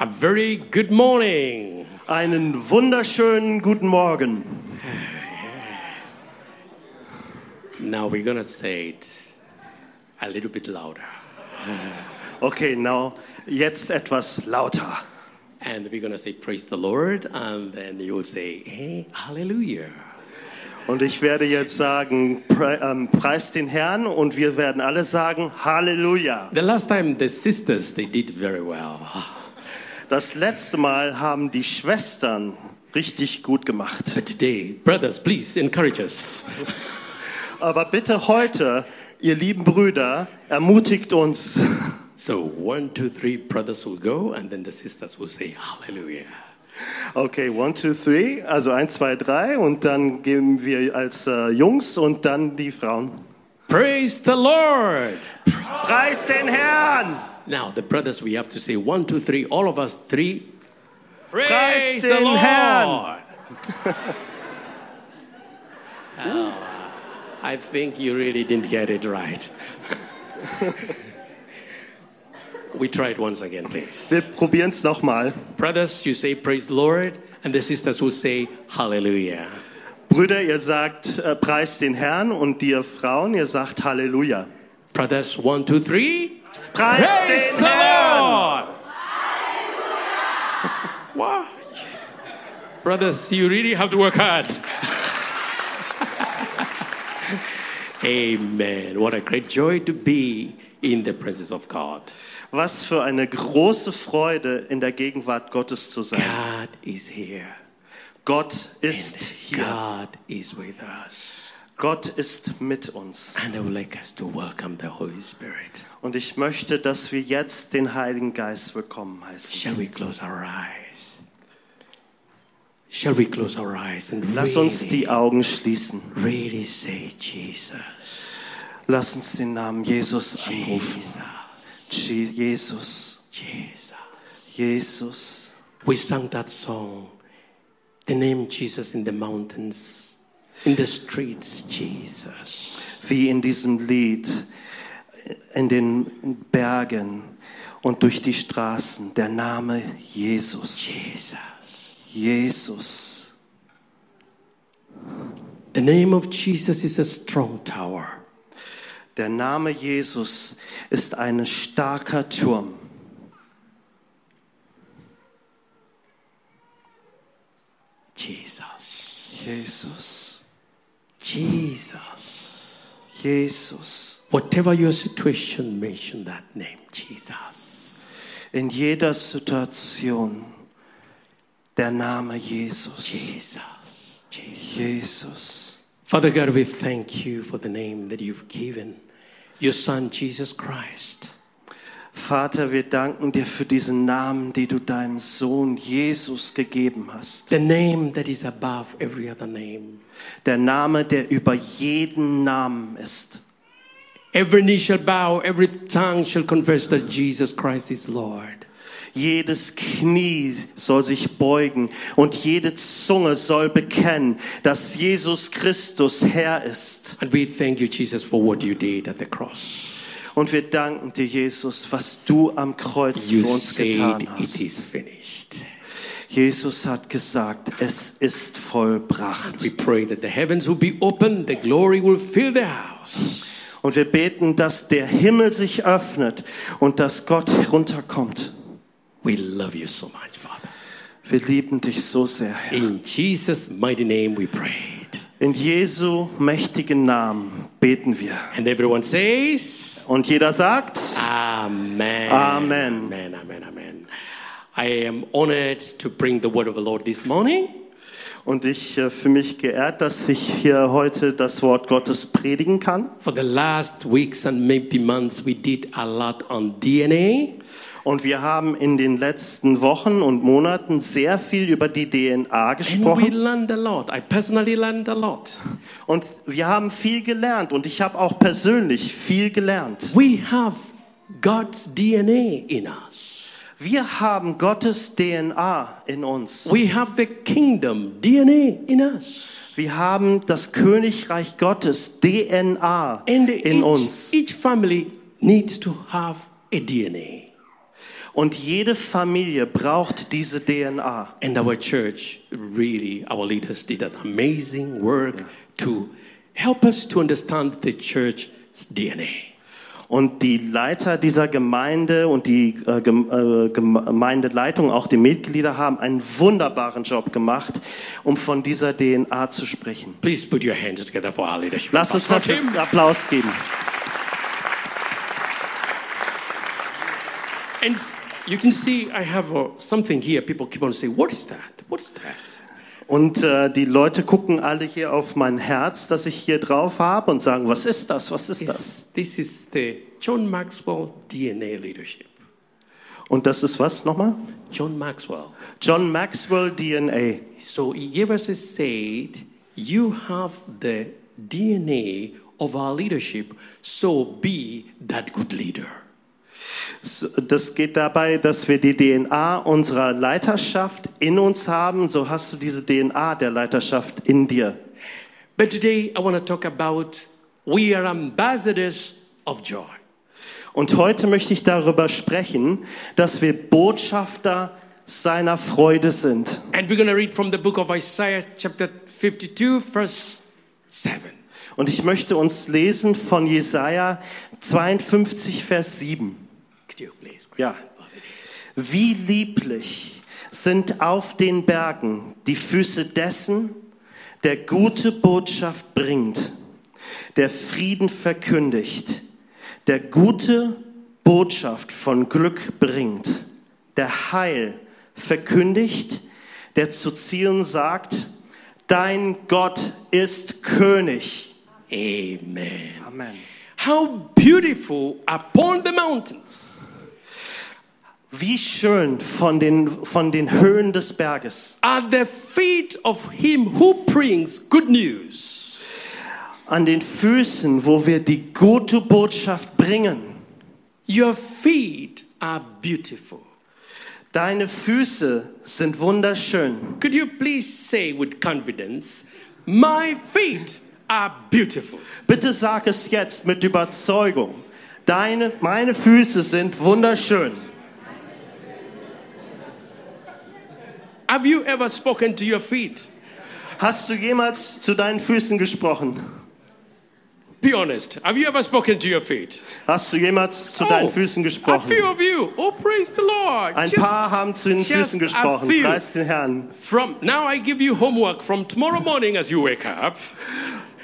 A very good morning. Einen wunderschönen guten Morgen. Now we're gonna say it a little bit louder. Okay, now jetzt etwas lauter. And we're gonna say praise the Lord, and then you'll say, hey, hallelujah. Und ich werde jetzt sagen, pre ähm, preis den Herrn und wir werden alle sagen, Halleluja. The last time the sisters they did very well. Das letzte Mal haben die Schwestern richtig gut gemacht. But today, brothers, please encourage us. Aber bitte heute, ihr lieben Brüder, ermutigt uns. So one, two, three brothers will go, and then the sisters will say hallelujah. Okay, one, two, three, also eins, zwei, drei und dann geben wir als äh, Jungs und dann die Frauen. Praise the Lord. Preis den Herrn! Now the brothers we have to say one, two, three, all of us three. Praise, den Herrn. Oh, I think you really didn't get it right. we try it once again, please. Wir probieren es nochmal. Brothers, you say praise the Lord, and the sisters will say hallelujah. Brüder, ihr sagt äh, Preis den Herrn und ihr Frauen, ihr sagt Halleluja. Brothers, one, two, three. Preis den Herrn! Lord! Wow. Brothers, you really have to work hard. Amen. What a great joy to be in the presence of God. Was für eine große Freude, in der Gegenwart Gottes zu sein. God is here. Gott ist hier. God is with us. Gott ist mit uns. And I would like us to welcome the Holy Spirit. Und ich möchte, dass wir jetzt den Heiligen Geist willkommen heißen. Shall we close our eyes? Shall we close our eyes and Lass uns die Augen schließen. really say Jesus? Lass uns den Namen Jesus anrufen. Jesus. Je- Jesus, Jesus. Jesus. We sang that song. The name Jesus in the mountains, in the streets, Jesus. wie in diesem Lied in den Bergen und durch die Straßen der Name Jesus. Jesus. Jesus. The name of Jesus is a strong tower. Der Name Jesus ist ein starker Turm. Jesus. Jesus. Jesus. Jesus. Whatever your situation, mention that name, Jesus. In jeder Situation der Name Jesus. Jesus. Jesus. Jesus. Father God, we thank you for the name that you've given your son, Jesus Christ. Vater, wir danken dir für diesen Namen, den du deinem Sohn Jesus gegeben hast. The name that is above every other name. Der Name, der über jeden Namen ist. Every knee shall bow, every tongue shall confess that Jesus Christ is Lord. Jedes Knie soll sich beugen und jede Zunge soll bekennen, dass Jesus Christus Herr ist. And we thank you, Jesus, for what you did at the cross. Und wir danken dir, Jesus, was du am Kreuz You für uns said getan it hast. is finished. Jesus hat gesagt, es ist vollbracht. We pray that the heavens will be open, the glory will fill the house. Und wir beten, dass der Himmel sich öffnet und dass Gott herunterkommt. We love you so much, Father. Wir lieben dich so sehr, Herr. In Jesus' mighty name we prayed. In Jesu mächtigen Namen beten wir. And everyone says, Und jeder sagt, Amen. Amen. Amen. Amen. Amen. I am honored to bring the word of the Lord this morning. und ich äh, für mich geehrt, dass ich hier heute das Wort Gottes predigen kann. For the last weeks and maybe months, we did a lot on DNA. Und wir haben in den letzten Wochen und Monaten sehr viel über die DNA And we gesprochen. learned a lot. I personally learned a lot. Und wir haben viel gelernt und ich habe auch persönlich viel gelernt. We have God's DNA in us, Wir haben Gottes DNA in uns. we have the kingdom DNA in us. Wir haben das Königreich Gottes DNA And each, in uns. each family needs to have a DNA. Und jede Familie braucht diese DNA. And our church, really, our leaders did an amazing work to help us to understand the church's DNA. Und die Leiter dieser Gemeinde und die äh, Gem- äh, Gemeindeleitung, auch die Mitglieder, haben einen wunderbaren Job gemacht, um von dieser DNA zu sprechen. Please put your hands together for our leadership. Lass uns Pastor dafür Tim. einen Applaus geben. And you can see I have uh, something here. People keep on saying, What is that? What is that? Und äh, die Leute gucken alle hier auf mein Herz, das ich hier drauf habe und sagen, was ist das, was ist das? This, this is the John Maxwell DNA leadership. Und das ist was nochmal? John Maxwell. John Maxwell DNA. So he gave us a said, You have the DNA of our leadership, so be that good leader. S- Das geht dabei, dass wir die DNA unserer Leiterschaft in uns haben. So hast du diese DNA der Leiterschaft in dir. But today I want to talk about we are ambassadors of joy. Und heute möchte ich darüber sprechen, dass wir Botschafter seiner Freude sind. And we're going to read from the book of Isaiah, chapter 52, verse 7. Und ich möchte uns lesen von Jesaja 52, Vers 7. Could you please? Ja. Wie lieblich sind auf den Bergen die Füße dessen, der gute Botschaft bringt, der Frieden verkündigt, der gute Botschaft von Glück bringt, der Heil verkündigt, der zu Zion sagt, dein Gott ist König. Amen. Amen. How beautiful upon the mountains Wie schön von den, von den Höhen des Berges. are the feet of him who brings good news. an den Füßen, wo wir die gute Botschaft bringen. Your feet are beautiful. Deine Füße sind wunderschön. Could you please say with confidence, My feet are beautiful? Bitte sag es jetzt mit Überzeugung. Deine, meine Füße sind wunderschön. Have you ever spoken to your feet? Hast du jemals zu deinen Füßen gesprochen? Be honest. Have you ever spoken to your feet? Oh, Hast du jemals zu deinen Füßen a gesprochen? few of you. Oh, praise the Lord. Ein Just paar haben zu den just Füßen a gesprochen. few. Preis den Herrn. from now, I give you homework from tomorrow morning as you wake up.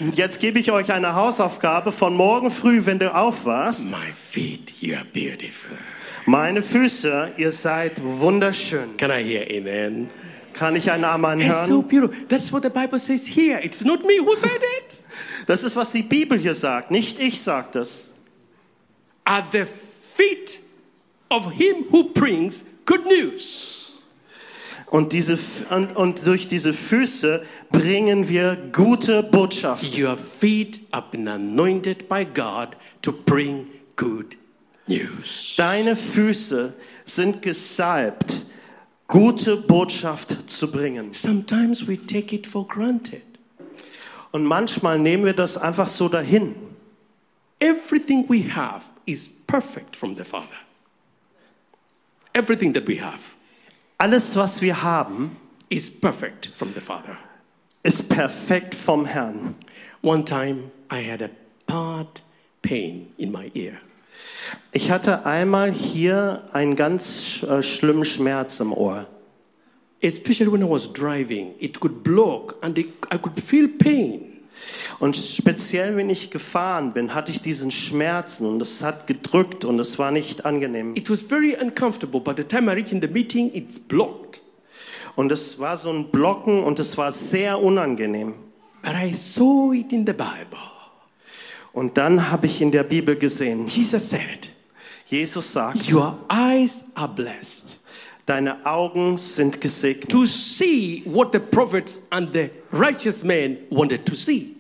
Und Jetzt gebe ich euch eine Hausaufgabe von morgen früh, wenn du aufwachst. My feet, you are beautiful. Meine Füße, ihr seid wunderschön. Can I hear amen? Kann ich einen Amen It's so hören? beautiful. That's what the Bible says here. It's not me who said it. Das ist, was die Bibel hier sagt, nicht ich sage das. Are the feet of him who brings good news. Und, diese, F- und, und durch diese Füße bringen wir gute Botschaft. Your feet have been anointed by God to bring good news. Deine Füße sind gesalbt, gute Botschaft zu bringen. Sometimes we take it for granted. Und manchmal nehmen wir das einfach so dahin. Everything we have is perfect from the Father. Everything that we have Alles, was wir haben, is perfect from the Father. ist perfekt vom Herrn. One time I had a bad pain in my ear. Ich hatte einmal hier einen ganz sch- äh, schlimmen Schmerz im Ohr. Especially when I was driving, it could block and it, I could feel pain. Und speziell, wenn ich gefahren bin, hatte ich diesen Schmerzen und es hat gedrückt und es war nicht angenehm. It was very uncomfortable. By the time I reached in the meeting, it's blocked. Und es war so ein Blocken und es war sehr unangenehm. But I saw it in the Bible. Und dann habe ich in der Bibel gesehen, Jesus said, Jesus sagt, Your eyes are blessed deine Augen sind gesegnet, to see what the prophets and the righteous men wanted to see.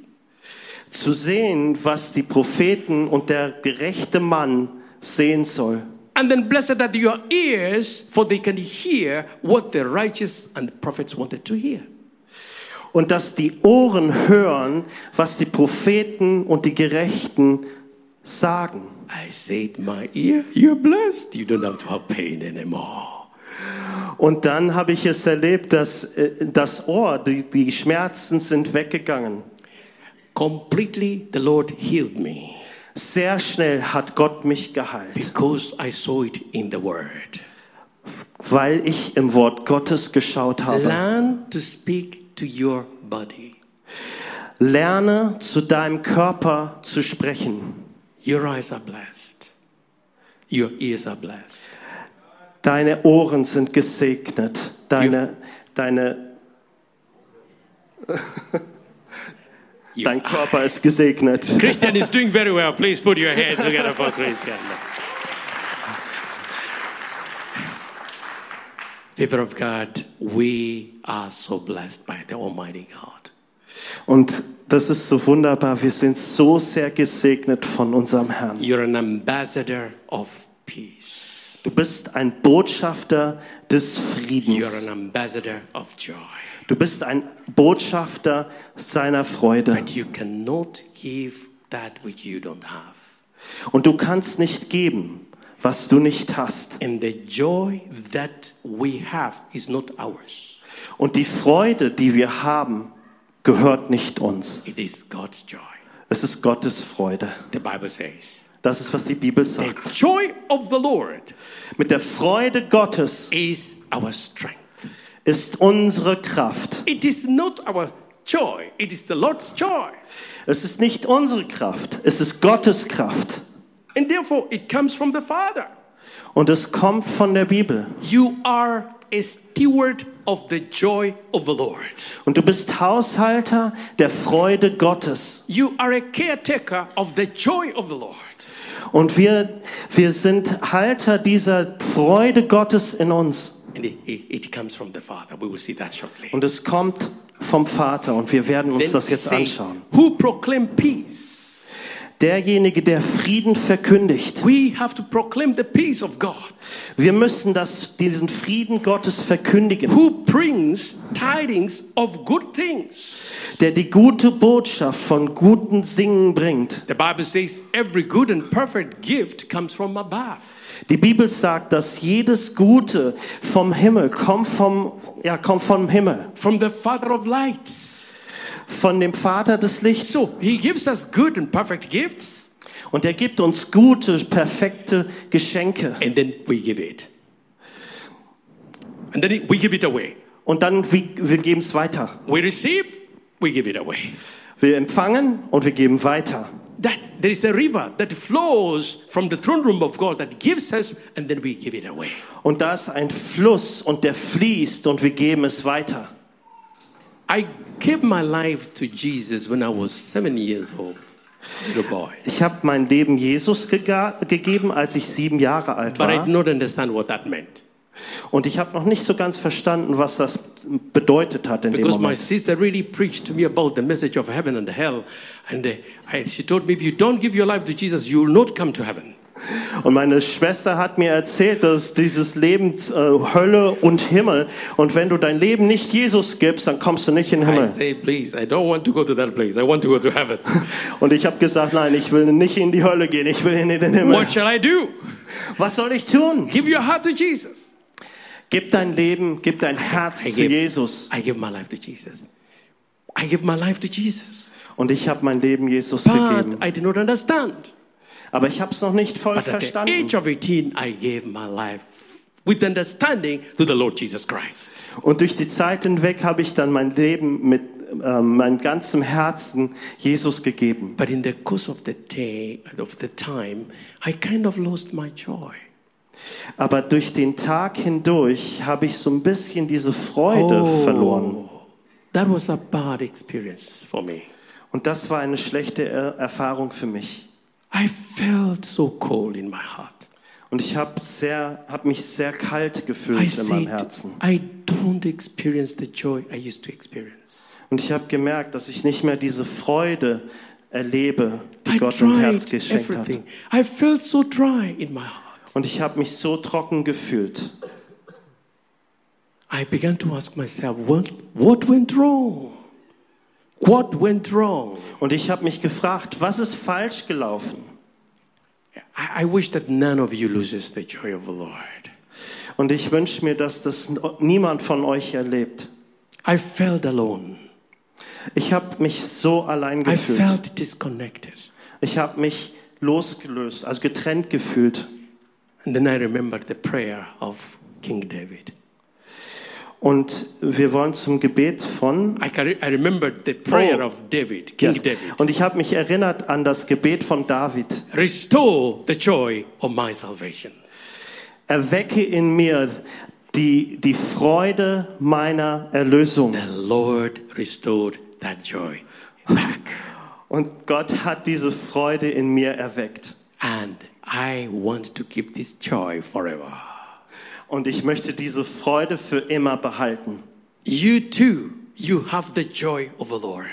zu sehen, was die Propheten und der gerechte Mann sehen soll. And then blessed are your ears, for they can hear what the righteous and prophets wanted to hear. Und dass die Ohren hören, was die Propheten und die Gerechten sagen. I said, my ear, you're blessed. You don't have to have pain anymore. Und dann habe ich es erlebt, dass äh, das Ohr, die, die Schmerzen sind weggegangen. Completely, the Lord healed me Sehr schnell hat Gott mich geheilt, because I saw it in the Word. weil ich im Wort Gottes geschaut habe. Learn to speak to your body. Lerne zu deinem Körper zu sprechen. Your eyes are blessed. Your ears are blessed. Deine Ohren sind gesegnet. Deine, deine, You- dein Körper ist gesegnet. Christian is doing very well. Please put your hands together for Christian. People of God, we are so blessed by the Almighty God. Und das ist so wunderbar. Wir sind so sehr gesegnet von unserem Herrn. You're an ambassador of peace. Du bist ein Botschafter des You're Friedens. an ambassador of joy. Du bist ein Botschafter seiner Freude. But you cannot give that which you don't have. Und du kannst nicht geben, was du nicht hast. And the joy that we have is not ours, Und die Freude, die wir haben, gehört nicht uns. it is God's joy. Es ist Gottes Freude. The Bible says, Das ist, was die Bibel The sagt. joy of the Lord Mit der Freude Gottes is our strength. ist unsere Kraft. It is not our joy, it is the Lord's joy. Es ist nicht unsere Kraft, es ist Gottes Kraft. And therefore, it comes from the Father. Und es kommt von der Bibel. You are a steward of the joy of the Lord. Und du bist Haushalter der Freude Gottes. You are a caretaker of the joy of the Lord. Und wir, wir sind Halter dieser Freude Gottes in uns. And it, it- it comes from the Father. We will see that shortly. Und es kommt vom Vater. Und wir werden uns Then das it jetzt says, anschauen. Who proclaim peace? Derjenige, der Frieden verkündigt. We have to proclaim the peace of God. Wir müssen das, diesen Frieden Gottes verkündigen, Who brings tidings of good things? der die gute Botschaft von guten Singen bringt. The Bible says every good and perfect gift comes from above. Die Bibel sagt, dass jedes Gute vom Himmel kommt vom, ja, kommt vom Himmel, from the Father of lights. von dem Vater des Lichts. So he gives us good and perfect gifts, Und er gibt uns gute, perfekte Geschenke. and then we give it. And then we give it away. Und dann, wir, wir geben es weiter. We receive, we give it away. Wir empfangen und wir geben weiter. That there is a river that flows from the throne room of God that gives us, and then we give it away. Und da ist ein Fluss und der fließt und wir geben es weiter. I gave my life to Jesus when I was seven years old, little boy. Ich habe mein Leben Jesus gega- gegeben, als ich sieben Jahre alt But I war. did not understand what that meant. Und ich habe noch nicht so ganz verstanden, was das bedeutet hat in dem Because my Moment. sister really preached to me about the message of heaven and hell. And uh, I, she told me, if you don't give your life to Jesus, you will not come to heaven. Und meine Schwester hat mir erzählt, dass dieses Leben äh, Hölle und Himmel. Und wenn du dein Leben nicht Jesus gibst, dann kommst du nicht in den I Himmel. say, please, I don't want to go to that place. I want to go to heaven. Und ich habe gesagt, nein, ich will nicht in die Hölle gehen, ich will in den Himmel. what shall I do? Was soll ich tun? Give your heart to Jesus. Gib dein Leben, gib dein Herz I zu give- Jesus. I give my life to Jesus. I give my life to Jesus. Und ich habe mein Leben Jesus But gegeben. I did not understand. Aber ich habe es noch nicht voll But at the verstanden. age of 18, I gave my life with understanding to the Lord Jesus Christ. Und durch die Zeit hinweg habe ich dann mein Leben mit äh, meinem ganzen Herzen Jesus gegeben. But in the course of the day, of the time, I kind of lost my joy. Aber durch den Tag hindurch habe ich so ein bisschen diese Freude verloren. That was a bad experience for me. Und das war eine schlechte äh, Erfahrung für mich. I felt so cold in my heart. Und ich habe sehr, habe mich sehr kalt I gefühlt in meinem said, Herzen. I don't experience the joy I used to experience. Und ich habe gemerkt, dass ich nicht mehr diese Freude erlebe, die I Gott im Herz tried geschenkt hat. everything. I felt so dry in my heart. Und ich habe mich so trocken gefühlt. I began to ask myself, what, what went wrong? What went wrong? Und ich habe mich gefragt, was ist falsch gelaufen? I, I wish that none of you loses the joy of the Lord. Und ich wünsche mir, dass das no- niemand von euch erlebt. I felt alone. Ich habe mich so allein I gefühlt. felt disconnected. Ich habe mich losgelöst, also getrennt gefühlt. And then I remembered the prayer of King David. Und wir wollen zum Gebet von I, can re- I remembered the prayer Oh. of David, King Yes. David. Und ich habe mich erinnert an das Gebet von David. Restore the joy of my salvation. Erwecke in mir die, die Freude meiner Erlösung. The Lord restored that joy back. Und Gott hat diese Freude in mir erweckt. and I want to keep this joy forever. Und ich möchte diese Freude für immer behalten. You too, you have the joy of the Lord.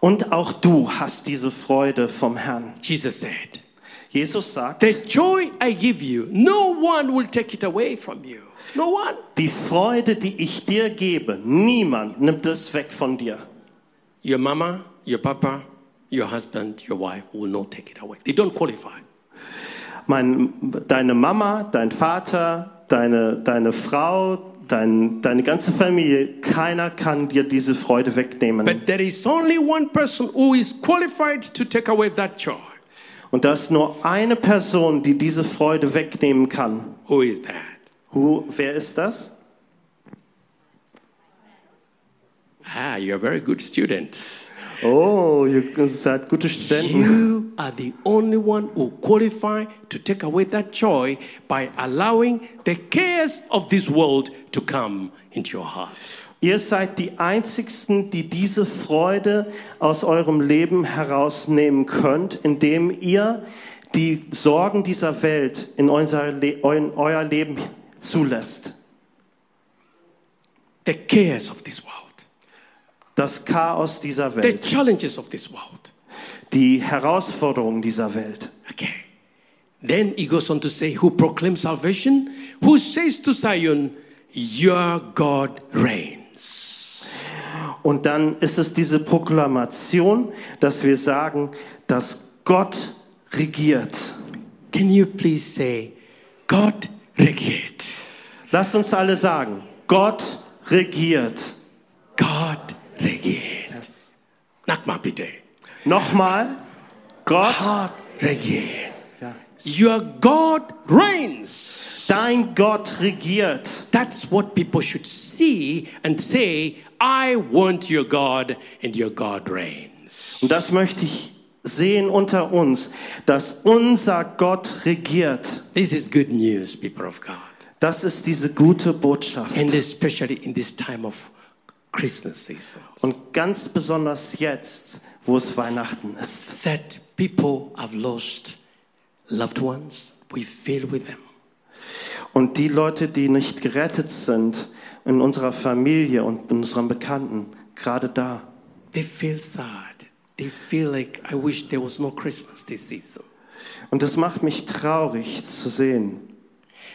Und auch du hast diese Freude vom Herrn. Jesus said, Jesus sagt, The joy I give you, no one will take it away from you. No one. die Freude, die ich dir gebe, niemand nimmt es weg von dir. Your mama, your papa, your husband, your wife will not take it away. They don't qualify. Mein, deine Mama, dein Vater, deine, deine Frau, dein, deine ganze Familie, keiner kann dir diese Freude wegnehmen. But there is only one person who is qualified to take away that joy. Und da ist nur eine Person, die diese Freude wegnehmen kann. Who is that? Who, wer ist das? Ah, you're a very good student. Oh, ihr seid gute Studenten. You are the only one who qualify to take away that joy by allowing the cares of this world to come into your heart. Ihr seid die Einzigsten, die diese Freude aus eurem Leben herausnehmen könnt, indem ihr die Sorgen dieser Welt in unser, Le in euer Leben zulässt. The cares of this world, Das Chaos dieser the Welt, challenges of this world. die Herausforderungen dieser Welt. Okay. Then he goes on to say, Who proclaims salvation? Who says to Zion, Your God reigns? Und dann ist es diese Proklamation, dass wir sagen, dass Gott regiert. Can you please say, God regiert? Lasst uns alle sagen, Gott regiert. God regiert. Knock my bitte. Nochmal, Gott God regiert. Ja. Your God reigns. Dein Gott regiert. That's what people should see and say, I want your God and your God reigns. Und das möchte ich sehen unter uns, dass unser Gott regiert. This is good news, people of God. Das ist diese gute Botschaft. And especially in this time of Christmas season, Und ganz besonders jetzt, wo es Weihnachten ist. that people have lost loved ones. We feel with them. Und die Leute, die nicht gerettet sind, in unserer Familie und in unseren Bekannten, gerade da, They feel sad. They feel like, I wish there was no Christmas this season. und das macht mich traurig zu sehen.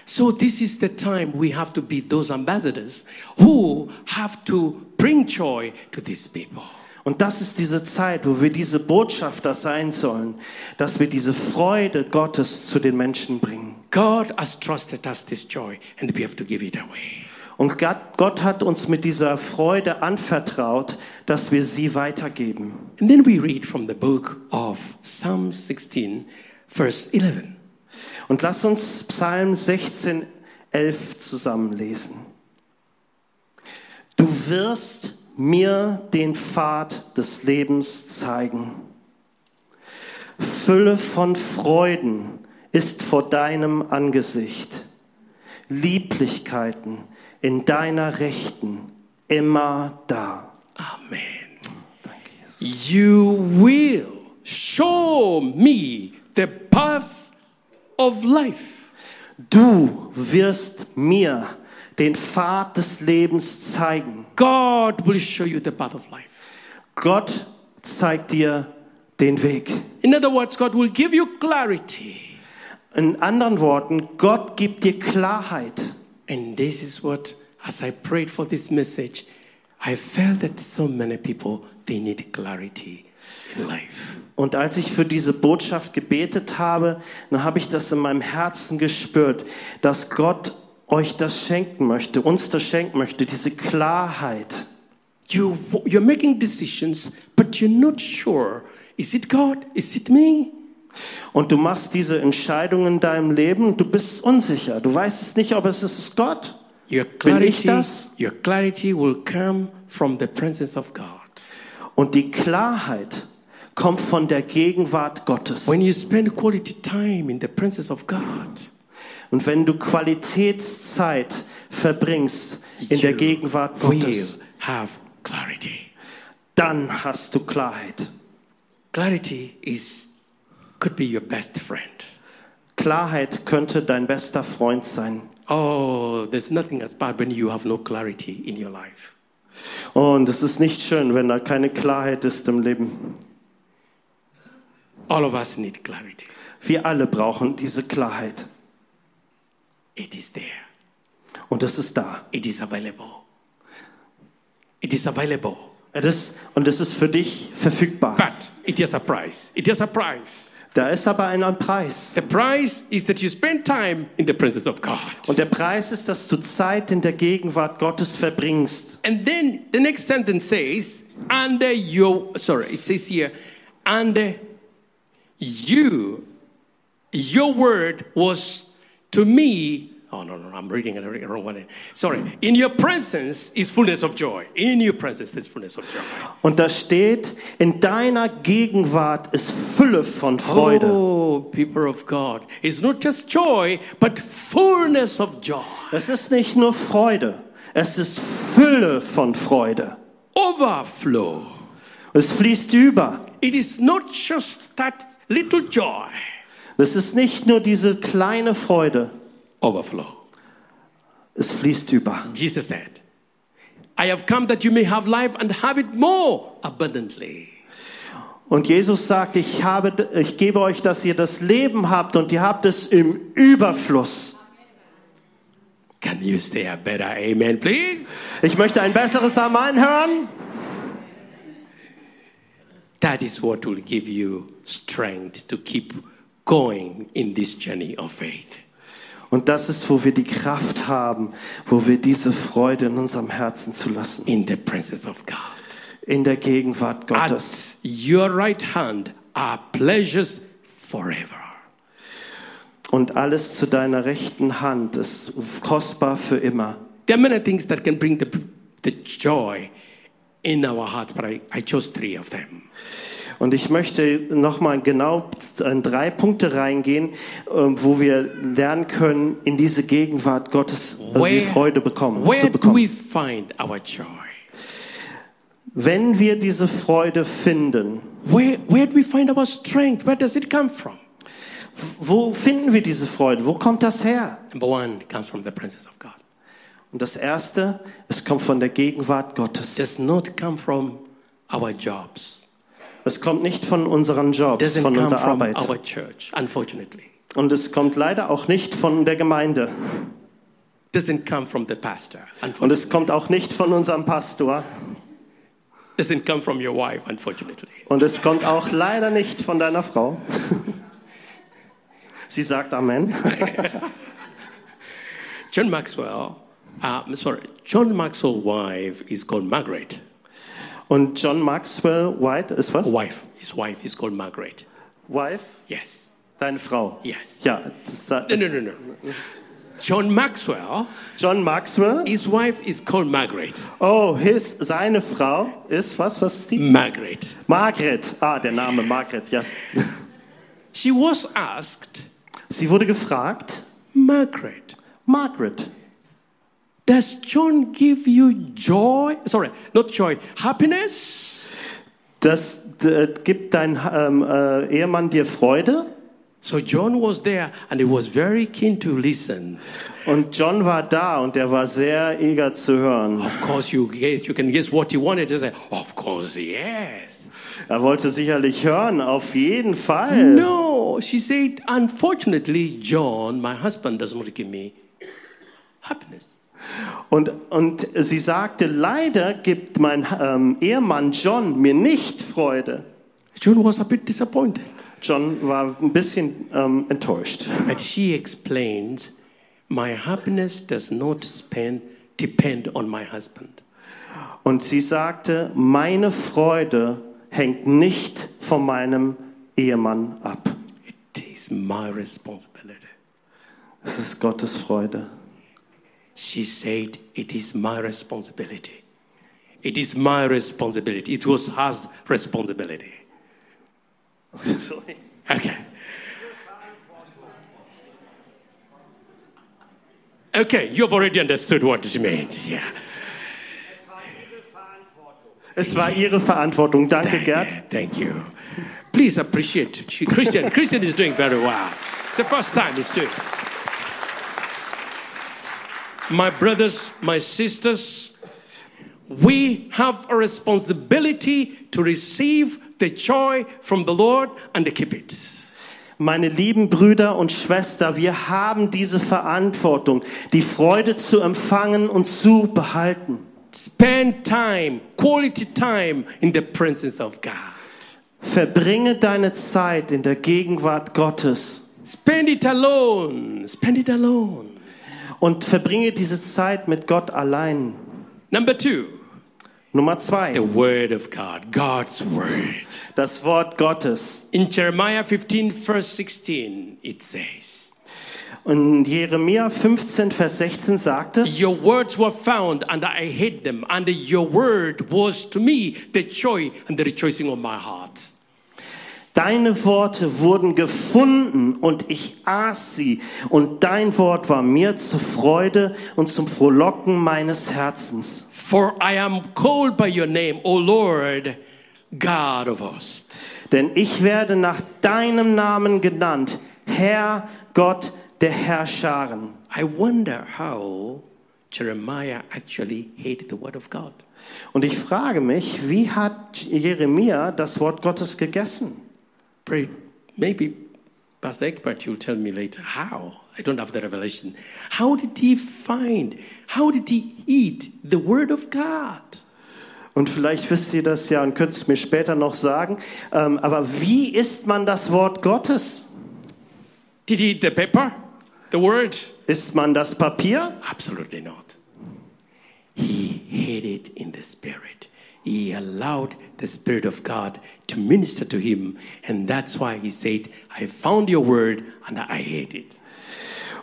So this is the time we have to be those ambassadors who have to bring joy to these people. Und das ist diese Zeit, wo wir diese Botschafter sein sollen, dass wir diese Freude Gottes zu den Menschen bringen. God has trusted us this joy and we have to give it away. Und Gott, Gott hat uns mit dieser Freude anvertraut, dass wir sie weitergeben. And then we read from the book of Psalm 16 verse 11. Und lass uns Psalm 16, 11 zusammenlesen. Du wirst mir den Pfad des Lebens zeigen. Fülle von Freuden ist vor deinem Angesicht. Lieblichkeiten in deiner Rechten immer da. Amen. Danke, Jesus. You will show me the path of life. Du wirst mir den Pfad des Lebens zeigen. God will show you the path of life. Gott zeigt dir den Weg. In other words, God will give you clarity. In anderen Worten, Gott gibt dir Klarheit. And this is what, as I prayed for this message, I felt that so many people, they need clarity in life. Und als ich für diese Botschaft gebetet habe, dann habe ich das in meinem Herzen gespürt, dass Gott euch das schenken möchte, uns das schenken möchte, diese Klarheit. You, you're making decisions, but you're not sure is it God? Is it me? Und du machst diese Entscheidungen in deinem Leben, du bist unsicher, du weißt es nicht, ob es ist Gott. Your Bin ich clarity, das? your clarity will come from the presence of God. Und die Klarheit kommt von der Gegenwart Gottes. When you spend quality time in the presence of God, Und wenn du Qualitätszeit verbringst in der You Gegenwart will Gottes, have clarity. dann hast du Klarheit. Clarity is could be your best friend. Klarheit könnte dein bester Freund sein. Oh, there's nothing as bad when you have no clarity in your life. Und es ist nicht schön, wenn da keine Klarheit ist im Leben. All of us need clarity. Wir alle brauchen diese Klarheit. It is there. Und es ist da. It is available. It is available. Es ist, und es ist für dich verfügbar. But it is a price. It is a price. Da ist aber ein Preis. The price is that you spend time in the presence of God. Und der Preis ist, dass du Zeit in der Gegenwart Gottes verbringst. And then the next sentence says, under your, sorry, it says here, under you, your word was to me, oh no, no, I'm reading it the wrong one. Sorry, in your presence is fullness of joy. In your presence is fullness of joy. Und da steht, in deiner Gegenwart ist Fülle von Freude. Oh, people of God, it's not just joy, but fullness of joy. Es ist nicht nur Freude, es ist Fülle von Freude. Overflow. Es fließt über. It is not just that little joy. Es ist nicht nur diese kleine Freude, Overflow. es fließt über. Jesus said, I have come that you may have life and have it more abundantly. Und Jesus sagt, ich, habe, ich gebe euch, dass ihr das Leben habt und ihr habt es im Überfluss. Can you say a better amen, please? Ich möchte ein besseres Amen hören. That is what will give you strength to keep going in this journey of faith. Und das ist, wo wir die Kraft haben, wo wir diese Freude in unserem Herzen zu lassen. In the presence of God. In der Gegenwart Gottes. At your right hand are pleasures forever. Und alles zu deiner rechten Hand ist kostbar für immer. There are many things that can bring the, the joy in our hearts, but I, I chose three of them. Und ich möchte nochmal genau in drei Punkte reingehen, ähm, wo wir lernen können, in diese Gegenwart Gottes also die Freude bekommen, where zu do we bekommen. find our joy? Wenn wir diese Freude finden, Where, where do we find our strength? Where does it come from? wo finden wir diese Freude? Wo kommt das her? Number one it comes from the presence of God. Und das Erste, es kommt von der Gegenwart Gottes. Does not come from our jobs. Es kommt nicht von unseren Jobs, Doesn't von come unserer from Arbeit. our church, unfortunately. Und es kommt leider auch nicht von der Gemeinde. Doesn't come from the pastor, Und unfortunately. es kommt auch nicht von unserem Pastor. Doesn't come from your wife, unfortunately. Und es kommt auch leider nicht von deiner Frau. Sie sagt Amen. John Maxwell, uh, I'm sorry, John Maxwell's wife is called Margaret. Und John Maxwell White ist was? Wife, his wife is called Margaret. Wife? Yes, Deine Frau. yes. Ja, das sa- No, no, no, no. John Maxwell, John Maxwell. his wife is called Margaret. Oh, his, seine Frau ist was? Was ist die? Margaret. Margaret. Ah, der Name Margaret, yes. She was asked, Sie wurde gefragt, Margaret, Margaret, does John give you joy? Sorry, not joy, happiness? das äh, gibt dein ähm, äh, Ehemann dir Freude? So John was there and he was very keen to listen. Und John war da und er war sehr eager zu hören. Of course, you guess, you can guess what he wanted to say. Of course, yes. Er wollte sicherlich hören, auf jeden Fall. No, she said, unfortunately, John, my husband, does not give me happiness. Und, und sie sagte, leider gibt mein ähm, Ehemann John mir nicht Freude. John was a bit disappointed. John war ein bisschen ähm, enttäuscht. And she explained, My happiness does not spend, depend on my husband. Und sie sagte, meine Freude hängt nicht von meinem Ehemann ab. It is my responsibility. Es ist Gottes Freude. She said, It is my responsibility. It is my responsibility. It was her responsibility. Okay. Okay, you've already understood what it means. Yeah. Es war ihre Verantwortung. Danke, Gerd. Yeah, Thank you. Please appreciate Christian. Christian is doing very well. It's the first time he's doing. My brothers, my sisters, we have a responsibility to receive the joy from the Lord and to keep it. Meine lieben Brüder und Schwestern, wir haben diese Verantwortung, die Freude zu empfangen und zu behalten. Spend time, quality time in the presence of God. Verbringe deine Zeit in der Gegenwart Gottes Spend it alone. Spend it alone. und verbringe diese Zeit mit Gott allein. Number two, Nummer the zwei, Word of God, God's Word. das Wort Gottes. In Jeremiah 15, verse 16, it says, Und Jeremia 15, Vers 16 sagt es, Your words were found, and I hid them, and your word was to me the joy and the rejoicing of my heart. Deine Worte wurden gefunden und ich aß sie und dein Wort war mir zur Freude und zum Frohlocken meines Herzens. For I am called by your name, O Lord, God of hosts. Denn ich werde nach deinem Namen genannt, Herr Gott der Herrscharen. I wonder how Jeremiah actually hated the word of God. Und ich frage mich, wie hat Jeremia das Wort Gottes gegessen? Pray, maybe Pastor Egbert, you'll tell me later how. I don't have the revelation. How did he find? How did he eat the Word of God? Und vielleicht wisst ihr das ja und könnt es mir später noch sagen. Ähm, aber wie isst man das Wort Gottes? Did he eat the paper, the Word? Isst man das Papier? Absolutely not. He hid it in the Spirit. He allowed the Spirit of God to minister to him, and that's why he said, "I found your Word and I hid it."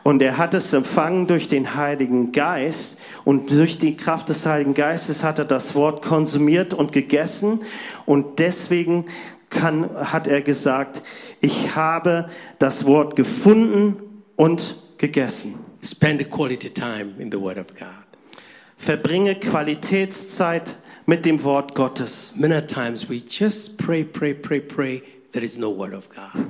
Und er hat es empfangen durch den Heiligen Geist und durch die Kraft des Heiligen Geistes hat er das Wort konsumiert und gegessen und deswegen kann, hat er gesagt, ich habe das Wort gefunden und gegessen. Spend quality time in the Word of God. Verbringe Qualitätszeit mit dem Wort Gottes. Many times we just pray, pray, pray, pray. There is no word of God.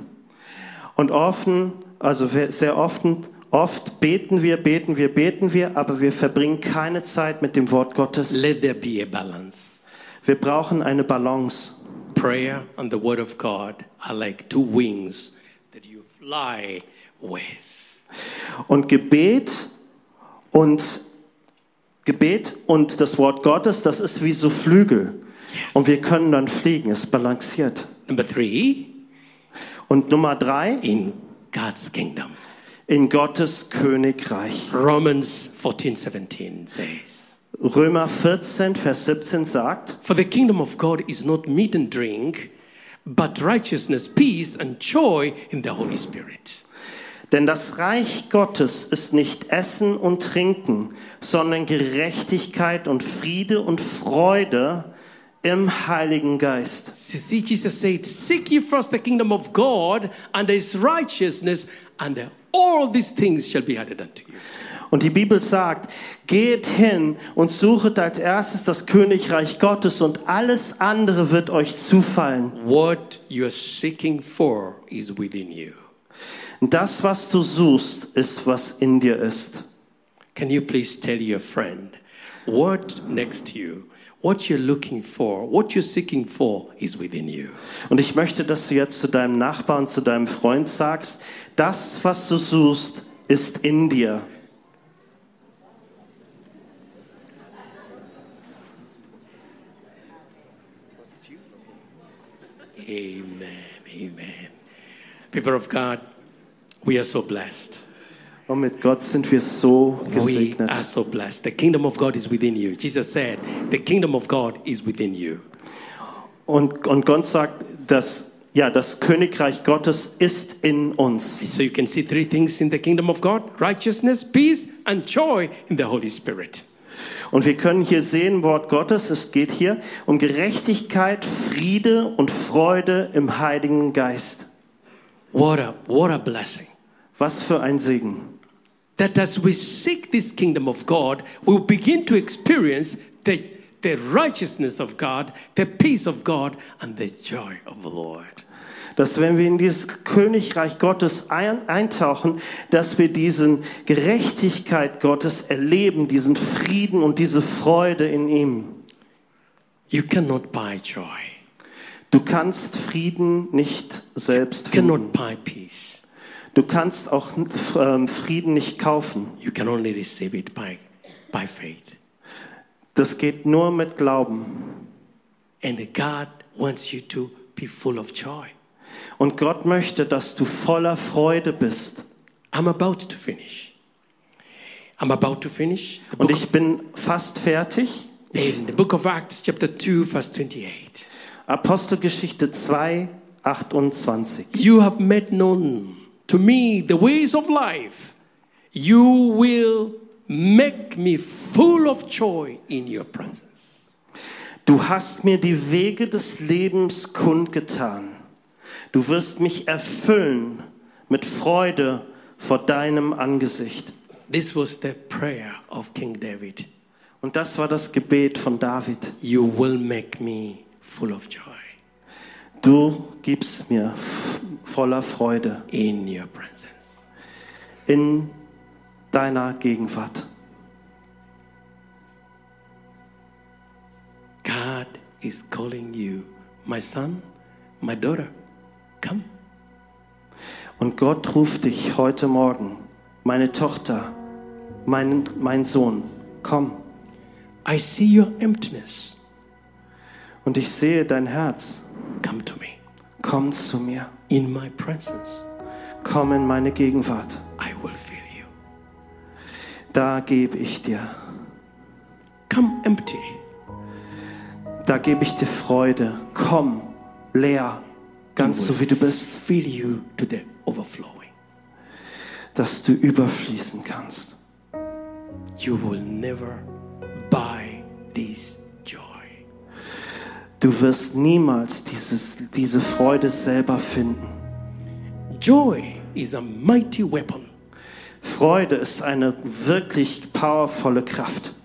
Und offen, also sehr oft, oft beten wir, beten wir, beten wir, aber wir verbringen keine Zeit mit dem Wort Gottes. Let there be a balance. Wir brauchen eine Balance. Prayer and the word of God are like two wings that you fly with. Und Gebet und Gebet und das Wort Gottes, das ist wie so Flügel. Und wir können dann fliegen, es balanciert. Number three, Und Nummer drei, in God's kingdom. in Gottes Königreich. Romans 14 17 says, Römer 14, Vers 17 sagt, For the kingdom of God is not meat and drink, but righteousness, peace, and joy in the Holy Spirit. denn das Reich Gottes ist nicht Essen und Trinken, sondern Gerechtigkeit und Friede und Freude im Heiligen Geist. You see, Jesus said, Seek ye first the kingdom of God and his righteousness, and all these things shall be added unto you. Und die Bibel sagt, geht hin und suchet als erstes das Königreich Gottes und alles andere wird euch zufallen. What you are seeking for is within you. Das, was du suchst, ist, was in dir ist. Can you please tell your friend what next to you, what you're looking for, what you're seeking for is within you? Und ich möchte, dass du jetzt zu deinem Nachbarn, zu deinem Freund sagst, das, was du suchst, ist in dir. Amen. Amen. People of God, we are so blessed. Und mit Gott sind wir so We gesegnet. are so blessed. The kingdom of God is within you. Jesus said, The kingdom of God is within you. Und, und Gott sagt, dass, ja, das Königreich Gottes ist in uns. So you can see three things in the kingdom of God righteousness, peace, and joy in the Holy Spirit. Und wir können hier sehen, Wort Gottes, es geht hier um Gerechtigkeit, Friede und Freude im Heiligen Geist. What a, what a blessing. Was für ein Segen. That as we seek this kingdom of God, we will begin to experience the, the righteousness of God, the peace of God, and the joy of the Lord. Dass wenn wir in dieses Königreich Gottes ein, eintauchen, dass wir diesen Gerechtigkeit Gottes erleben, diesen Frieden und diese Freude in ihm. You cannot buy joy, Du kannst Frieden nicht selbst you finden. cannot buy peace. Du kannst auch ähm, Frieden nicht kaufen. You can only receive it by, by faith. Das geht nur mit Glauben. And God wants you to be full of joy. Und Gott möchte, dass du voller Freude bist. I'm about to finish. I'm about to finish. The Und book, ich bin fast fertig. in the book of Acts, chapter 2, verse 28. Apostelgeschichte 2, 28. You have made known to me the ways of life. You will make me full of joy in your presence. Du hast mir die Wege des Lebens kundgetan. Du wirst mich erfüllen mit Freude vor deinem Angesicht. This was the prayer of King David. Und das war das Gebet von David. You will make me full of joy Du gibst mir f- voller Freude in your presence. in deiner Gegenwart. God is calling you, my son, my daughter. Come. Und Gott ruft dich heute Morgen, meine Tochter, mein, mein Sohn, komm. I see your emptiness. Und ich sehe dein Herz. Come to me. Komm zu mir. In my presence, Komm in meine Gegenwart. I will fill you. Da gebe ich dir. Come empty. Da gebe ich dir Freude. Komm, leer, ganz so wie du bist, Fill you to the overflowing. dass du überfließen kannst. You will never buy this joy. Du wirst niemals dieses, diese Freude selber finden. Joy is a mighty weapon. Freude ist eine wirklich powervolle Kraft.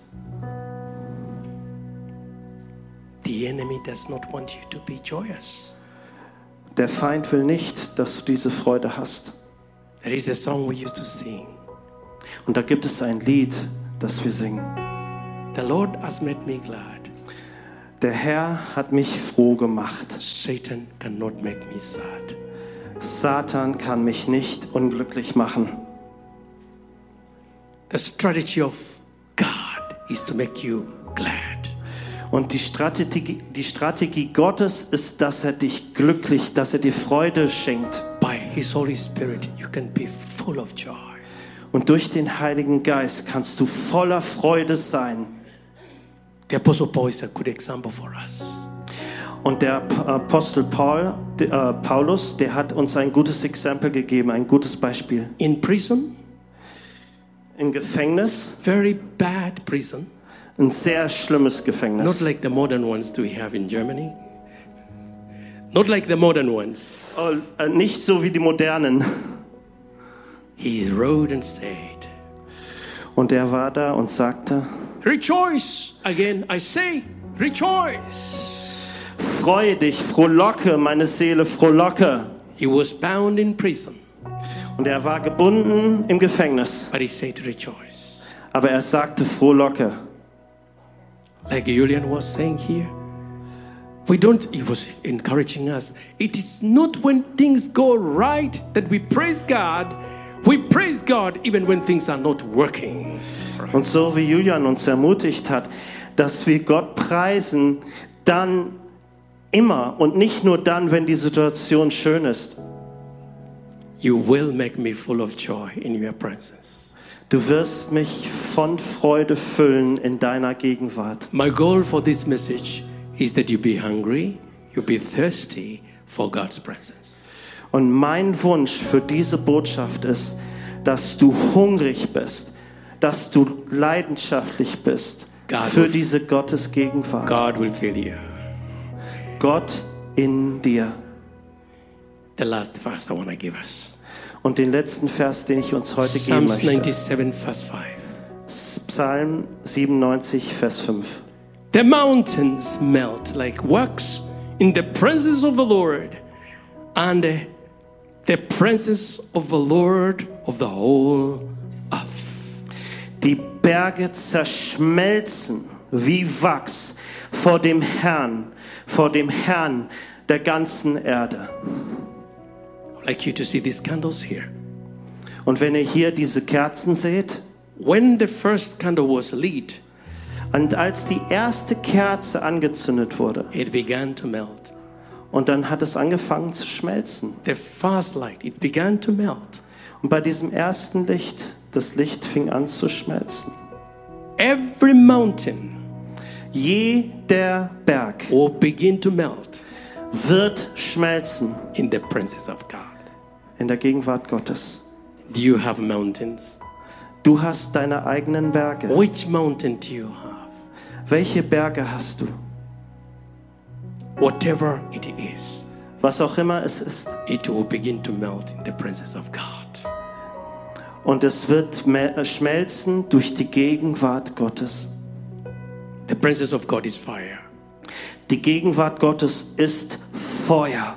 The enemy does not want you to be joyous. Der Feind will nicht, dass du diese Freude hast. There is a song we used to sing. Und da gibt es ein Lied, das wir singen. The Lord has made me glad. Der Herr hat mich froh gemacht. Satan cannot make me sad. Satan kann mich nicht unglücklich machen. The strategy of God is to make you glad. Und die Strategie, die Strategie Gottes ist, dass er dich glücklich, dass er dir Freude schenkt. By His Holy Spirit, you can be full of joy. Und durch den Heiligen Geist kannst du voller Freude sein. The Apostle Paul is a good example for us. Und der Ap- Apostel Paul, der, äh, Paulus, der hat uns ein gutes Exempel gegeben, ein gutes Beispiel. In prison, Im Gefängnis, very bad prison, ein sehr schlimmes not Gefängnis. like the modern ones that we have in Germany. Not like the modern ones. Oh, äh, nicht so wie die modernen. He wrote and said, Und er war da und sagte, Rejoice! Again, I say, rejoice! freue dich, frohlocke, meine Seele, frohlocke. He was bound in prison, Und er war gebunden im Gefängnis, but he said, rejoice. aber er sagte, frohlocke. Like Julian was saying here, we don't, he was encouraging us. It is not when things go right that we praise God. We praise God even when things are not working. Und so wie Julian uns ermutigt hat, dass wir Gott preisen, dann immer und nicht nur dann, wenn die Situation schön ist. You will make me full of joy in your presence. Du wirst mich von Freude füllen in deiner Gegenwart. My goal for this message is that you be hungry, you be thirsty for God's presence. Und mein Wunsch für diese Botschaft ist, dass du hungrig bist, dass du leidenschaftlich bist God für will- diese Gottesgegenwart. God will fill you. Gott in dir. The last verse I want to give us Und den letzten Vers, den ich uns heute geben Psalms möchte. 97, verse 5. Psalm 97, Vers 5. The mountains melt like wax in the presence of the Lord, and the- the presence of the Lord of the whole earth. Die Berge zerschmelzen wie Wachs vor dem Herrn, vor dem Herrn der ganzen Erde. I'd like you to see these candles here. Und wenn ihr hier diese Kerzen seht, When the first candle was lit, und als die erste Kerze angezündet wurde, it began to melt. und dann hat es angefangen zu schmelzen. The first light, it began to melt. Und bei diesem ersten Licht, das Licht fing an zu schmelzen. Every mountain Jeder Berg will begin to melt wird schmelzen in the presence of God. in der Gegenwart Gottes. Do you have mountains? Du hast deine eigenen Berge. Which mountain do you have? Welche Berge hast du? Whatever it is. Was auch immer es ist. it will begin to melt in the presence of God. Und es wird me- äh, schmelzen durch die Gegenwart Gottes. The presence of God is fire. Die Gegenwart Gottes ist Feuer.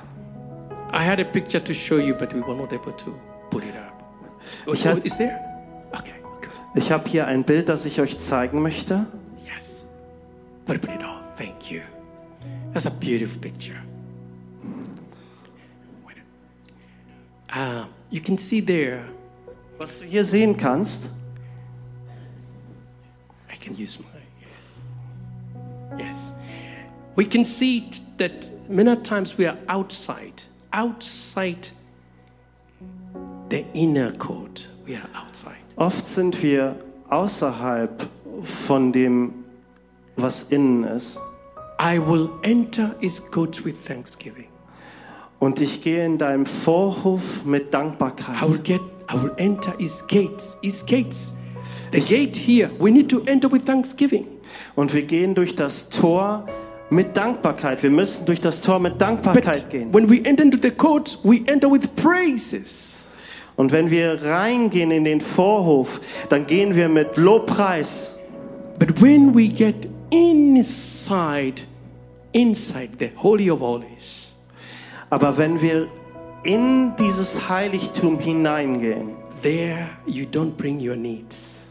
I had a picture to show you, but we were not able to put it up. Oh, Ich hab- oh, is there? Okay, good. Ich habe hier ein Bild, das ich euch zeigen möchte. Yes. Put, put it on. Thank you. That's a beautiful picture. Wait a- Ah, you can see there, Was du hier sehen kannst, I can use my, yes. Yes. We can see t- that many times we are outside, outside the inner court. We are outside. oft sind wir außerhalb von dem, was innen ist. I will enter his courts with thanksgiving. Und ich gehe in deinem Vorhof mit I will Dankbarkeit. get, I will enter his gates, his gates. The gate here, we need to enter with thanksgiving. Und wir gehen durch das Tor mit Dankbarkeit. Wir müssen durch das Tor mit Dankbarkeit But gehen. when we enter into the court, we enter with praises. Und wenn wir reingehen in den Vorhof, dann gehen wir mit Lobpreis. But when we get inside, inside the Holy of Holies, Aber wenn wir in dieses Heiligtum hineingehen, there you don't bring your needs.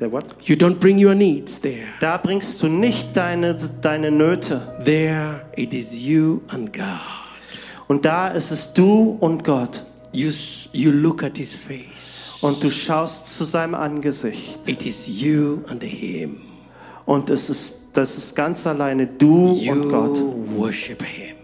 der what? You don't bring your needs there. da bringst du nicht deine, deine Nöte. There it is you and God. Und da ist es du und Gott. You, s- you look at His face. Und du schaust zu seinem Angesicht. It is you and Him. Und es ist, das ist ganz alleine du und You Gott, worship Him.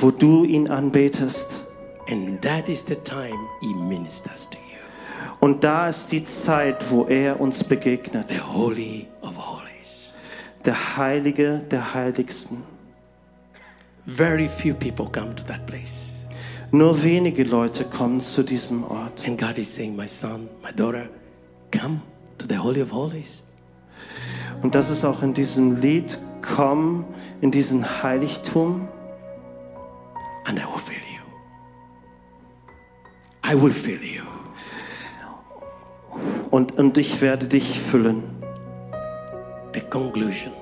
wo du ihn anbetest. And that is the time He ministers to you. Und da ist die Zeit, wo er uns begegnet. The Holy of Holies. Der Heilige der Heiligsten. Very few people come to that place. Nur wenige Leute kommen zu diesem Ort. And God is saying, My son, my daughter, come to the Holy of Holies. Und das ist auch in diesem Lied, komm in diesen Heiligtum and I will fill you. I will fill you. und, und ich werde dich füllen. The conclusion.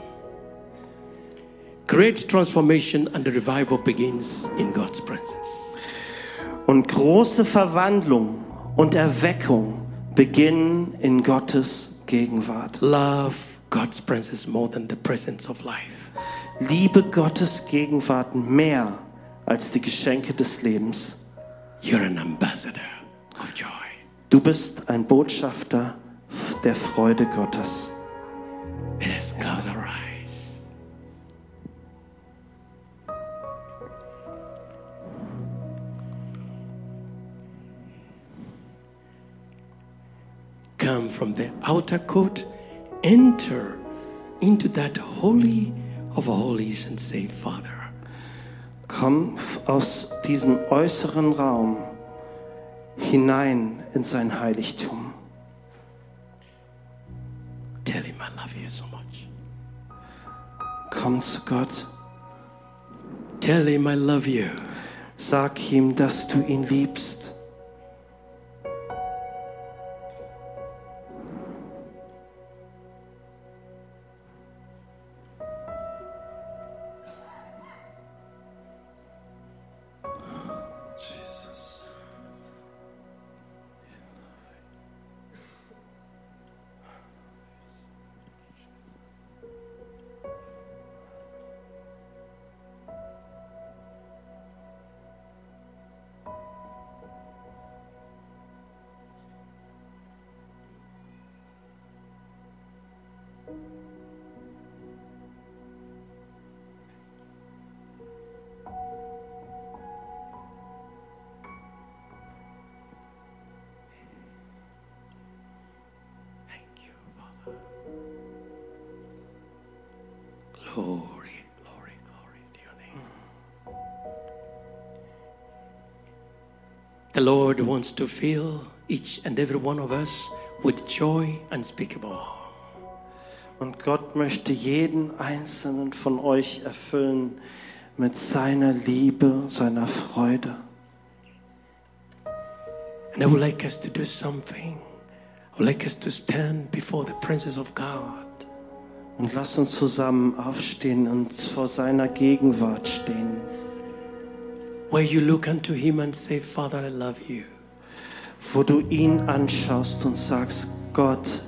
Great transformation and the revival begins in God's presence. Und große Verwandlung und Erweckung beginnen in Gottes Gegenwart. Love God's presence more than the presence of life. Liebe Gottes Gegenwart mehr als die Geschenke des Lebens. You're an ambassador of joy. Du bist ein Botschafter der Freude Gottes. Let us close our eyes. and from the outer court enter into that holy of holies and say, Father. Komm aus diesem äußeren Raum hinein in sein Heiligtum. Tell him I love you so much. Komm zu Gott. Tell him I love you. Sag ihm, dass du ihn liebst. Thank you, Father. Glory, glory, glory to your name. The Lord wants to fill each and every one of us with joy unspeakable. Und Gott möchte jeden einzelnen von euch erfüllen mit seiner Liebe, seiner Freude. And I would like us to do something. I would like us to stand before the presence of God. Und lasst uns zusammen aufstehen und vor seiner Gegenwart stehen, Where you look unto him and say, Father, I love you. wo du ihn anschaust und sagst, Gott,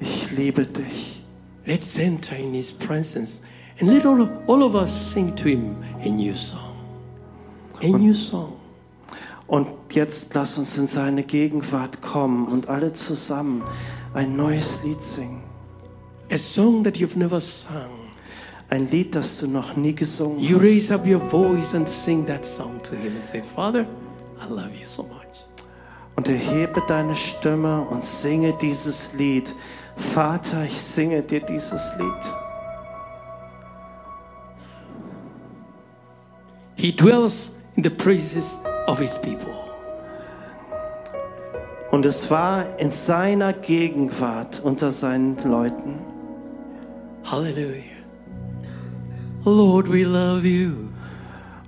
ich liebe dich. Let's enter in his presence and let all, all of us sing to him a new song. A new song. Und jetzt lass uns in seine Gegenwart kommen und alle zusammen ein neues Lied singen. A song that you've never sung. Ein Lied, das du noch nie gesungen You hast. raise up your voice and sing that song to him and say, Father, I love you so much. Und erhebe deine Stimme und singe dieses Lied. Vater, ich singe dir dieses Lied. He dwells in the praises of his people. Und es war in seiner Gegenwart unter seinen Leuten. Hallelujah. Lord, we love you.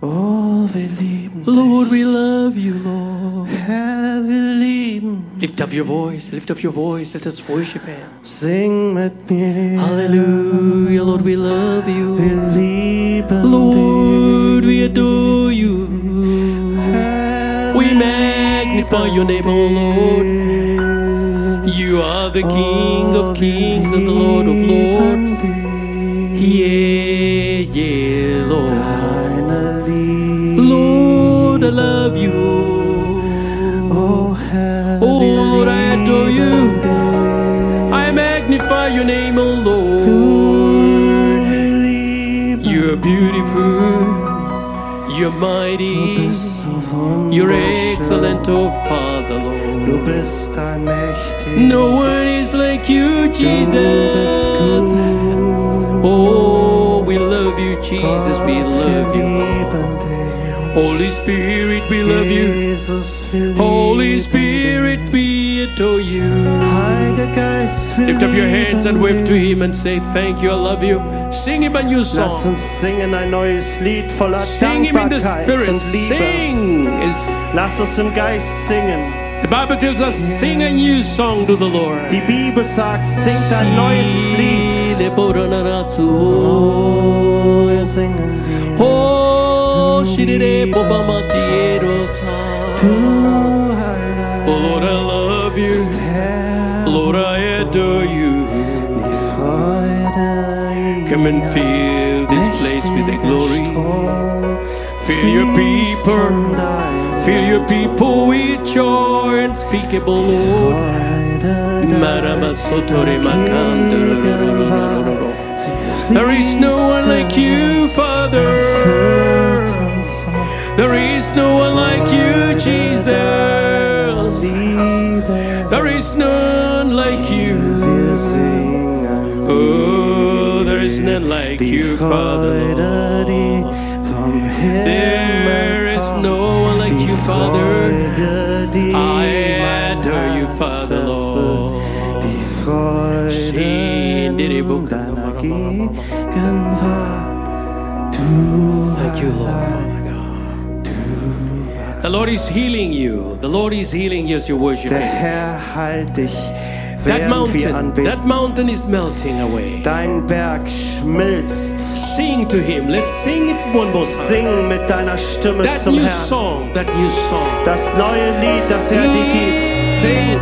Oh, wir lieben, Lord, we love you, Lord. Herr, wir lieben. Lift up your voice, lift up your voice, let us worship him. Sing mit mir. Hallelujah, Lord, we love you. Wir lieben Lord, we adore you. dich. Herr, We magnify your name, O Lord. Lord. You are the King of kings and the Lord of lords. Yeah, yeah, Lord. Deine Liebe. Lord, I love you. Oh, Herr, Oh, wir Lord, I adore you. lieben dich. I magnify your name, O Lord. Wir lieben You're beautiful. You're mighty. bist so You're wunderschön. excellent, O Father, Du Lord. bist allmächtig. No one is like you, Jesus. Oh, we love you, Jesus. We love you. Holy Spirit, we love you. Jesus, wir Holy lieben Spirit, dich. we adore you. Heiliger Geist, wir Lift up your hands and wave to lieben Him and say, Thank you, I love you. Sing Him a new dich. Lass song. uns singen ein neues Lied voller Sing Him in the Dankbarkeit Spirit. und Liebe. Sing. It's- Lass uns im Geist singen. the Bible tells us, Sing a new song to the Lord. Die Bibel sagt, singt ein neues Lied. Oh, wir singen dir. Oh, e Lord, Du Heiland, I love you. Herr, Lord, I adore you. die Freude Come and fill this place with the glory. Fill your people, fill your people with joy unspeakable, Lord. Maramasotore makandororororororo. There is no one like you, Father. There is no one like you, Jesus. There is none like you. Oh, none like die you, Father, Freude, die Lord. vom There Himmel is kommt, no one like die you, Father. Freude, die I mein adore you, Herz Father, erfüllt. Lord. Die Freude deiner Gegenwart du Thank you, Lord, Father God. The Lord is healing you. The Lord is healing you as you worship Der Him. Herr heilt dich, That während wir mountain, that anbeten. mountain is melting away. Dein Berg schmilzt. Sing to Him. Let's sing it one more time. Sing mit deiner Stimme That zum new Herrn. song, that new song. Das neue Lied, das er dir gibt. Sing.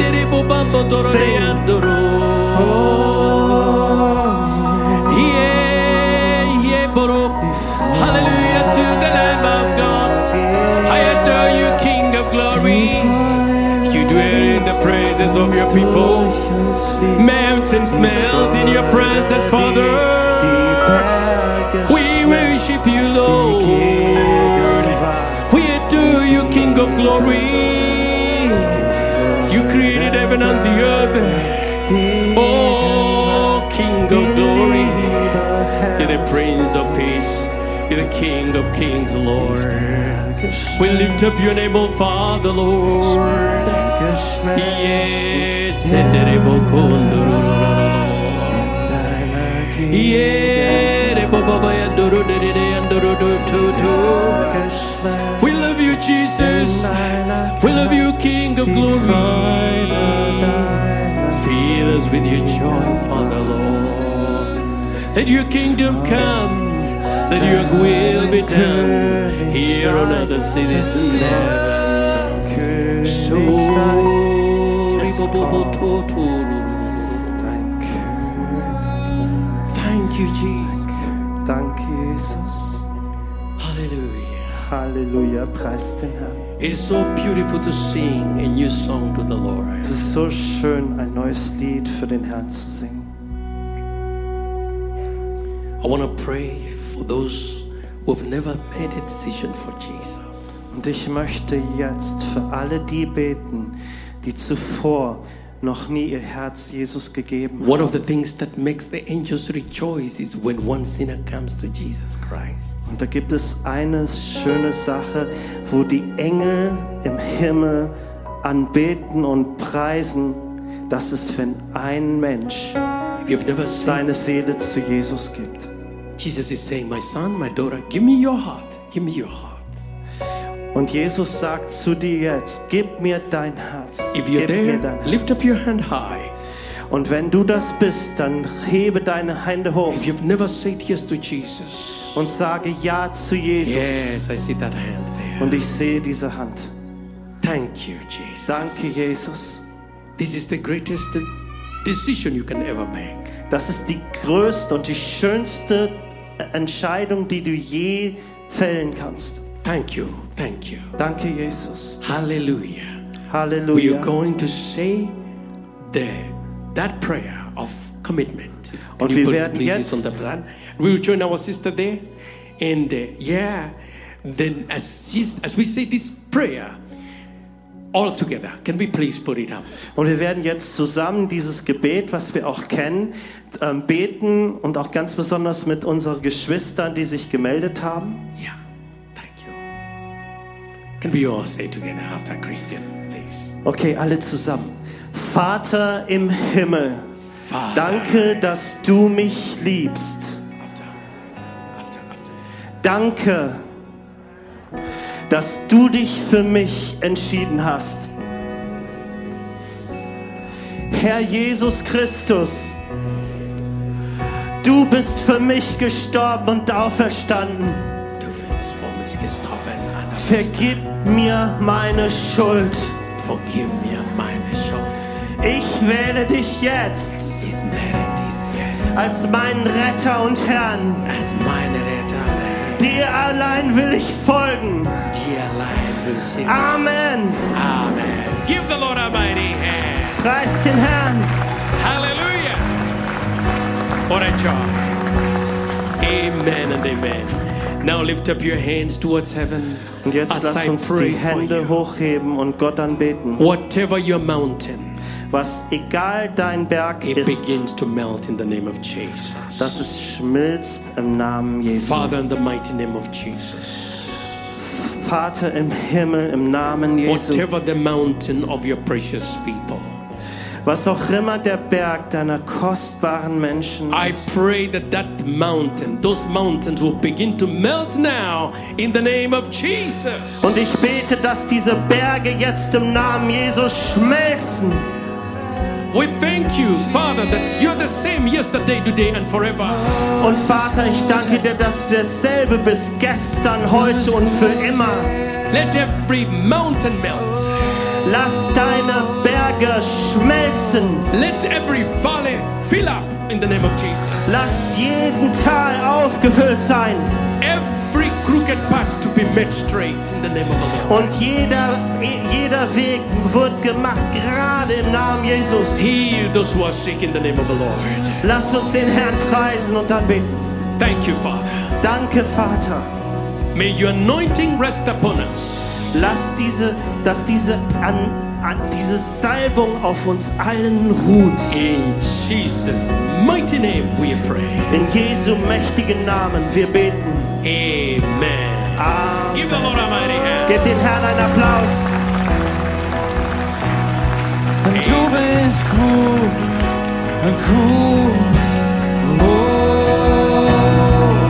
Hallelujah to the Lamb of God. I adore you, King of glory. You dwell in the praises of your people. Mountains melt in your presence, Father. We worship you, Lord. We adore you, King of glory. You created heaven and the earth. Oh, King of glory. You're the Prince of peace. You're the King of kings, Lord. We lift up your name, O Father, Lord. Yes, Yes, we love you, Jesus. We love you, King of glory. Fill us with your joy, Father Lord. Let your kingdom come. Let your will be done here on earth as it is in heaven. So, thank you, Jesus. Dank Jesus. Hallelujah. Halleluja, preis den Herrn. It is so beautiful to sing a new song to the Lord. Es ist so schön, ein neues Lied für den Herrn zu singen. I want to pray for those who have never made a decision for Jesus. Und ich möchte jetzt für alle die beten, die zuvor noch nie ihr Herz Jesus gegeben haben. One of the things that makes the angels rejoice is when one sinner comes to Jesus Christ. Und da gibt es eine schöne Sache, wo die Engel im Himmel anbeten und preisen. Das ist, wenn ein Mensch If you've never sinned, seine Seele zu Jesus gibt. Jesus is saying, My son, my daughter, give me your heart. Give me your heart. Und Jesus sagt zu dir jetzt, gib mir dein Herz. If you're Gib mir there, dein Herz. lift up your hand high. Und wenn du das bist, dann hebe deine Hände hoch If you've never said yes to Jesus, und sage Ja zu Jesus. yes, I see that hand there. Und ich sehe diese Hand. Thank you, Jesus. Danke, Jesus. This is the greatest decision you can ever make. Das ist die größte und die schönste äh, Entscheidung, die du je fällen kannst. Thank you. Thank you. Danke, Jesus. Hallelujah. We are Halleluja. going to say the, that prayer of commitment. Can Und you wir put werden please jetzt- this on the plan? We will join our sister there. And uh, yeah, then as, she's, as we say this prayer all together, can we please put it up? Und wir werden jetzt zusammen dieses Gebet, was wir auch kennen, ähm, beten und auch ganz besonders mit unseren Geschwistern, die sich gemeldet haben. Yeah. Thank you. Can we all say together after Christian, please? Okay, alle zusammen. Vater im Himmel, Father. danke, dass du mich liebst. After, after, after. Danke, dass du dich für mich entschieden hast. Herr Jesus Christus, du bist für mich gestorben und auferstanden. Du wirst vor mich gestorben, Anna. Vergib mir meine Schuld. Vergib mir meine Schuld. Ich wähle dich jetzt Ich werde dies jetzt als meinen Retter und Herrn. als meine Retter. Dir allein will ich folgen. Dir allein will ich dienen. Amen. Amen. Give the Lord a mighty hand. Preis den Herrn. Hallelujah. What a joy. Amen and amen. Now lift up your hands towards heaven. Und jetzt as lasst I uns pray die for Hände you. Oh. hochheben und Gott anbeten. Whatever your mountain, was egal dein Berg it ist, begins to melt in the name of Jesus. dass es schmilzt im Namen Jesu. Father, in the mighty name of Jesus, Vater im Himmel, im Namen Oh, Jesu, whatever the mountain of your precious people, was auch immer der Berg deiner kostbaren Menschen I ist, pray that that mountain, those mountains will begin to melt now in the name of Jesus. Und ich bete, dass diese Berge jetzt im Namen Jesus schmelzen. We thank you, Father, that you're the same yesterday, today, and forever. Und Vater, ich danke dir, dass du dasselbe bist gestern, heute und für immer. Let every mountain melt. Lass deine Berge schmelzen. Let every valley fill up in the name of Jesus. Lass jeden Tal aufgefüllt sein every crooked path to be made straight in the name of the Lord. und jeder, jeder Weg wird gemacht, gerade im Namen Jesus. Heal those who are sick in the name of the Lord. Lass uns den Herrn preisen und dann beten. Thank you, Father. Danke, Vater. May your anointing rest upon us. Lass diese, dass diese, an, an, diese Salbung auf uns allen ruht. In Jesus' mighty name we pray. In Jesu mächtigen Namen, wir beten. Amen. Amen. Give the Lord a mighty hand. Gebt dem Herrn einen Applaus. Du bist gut, gut. Oh.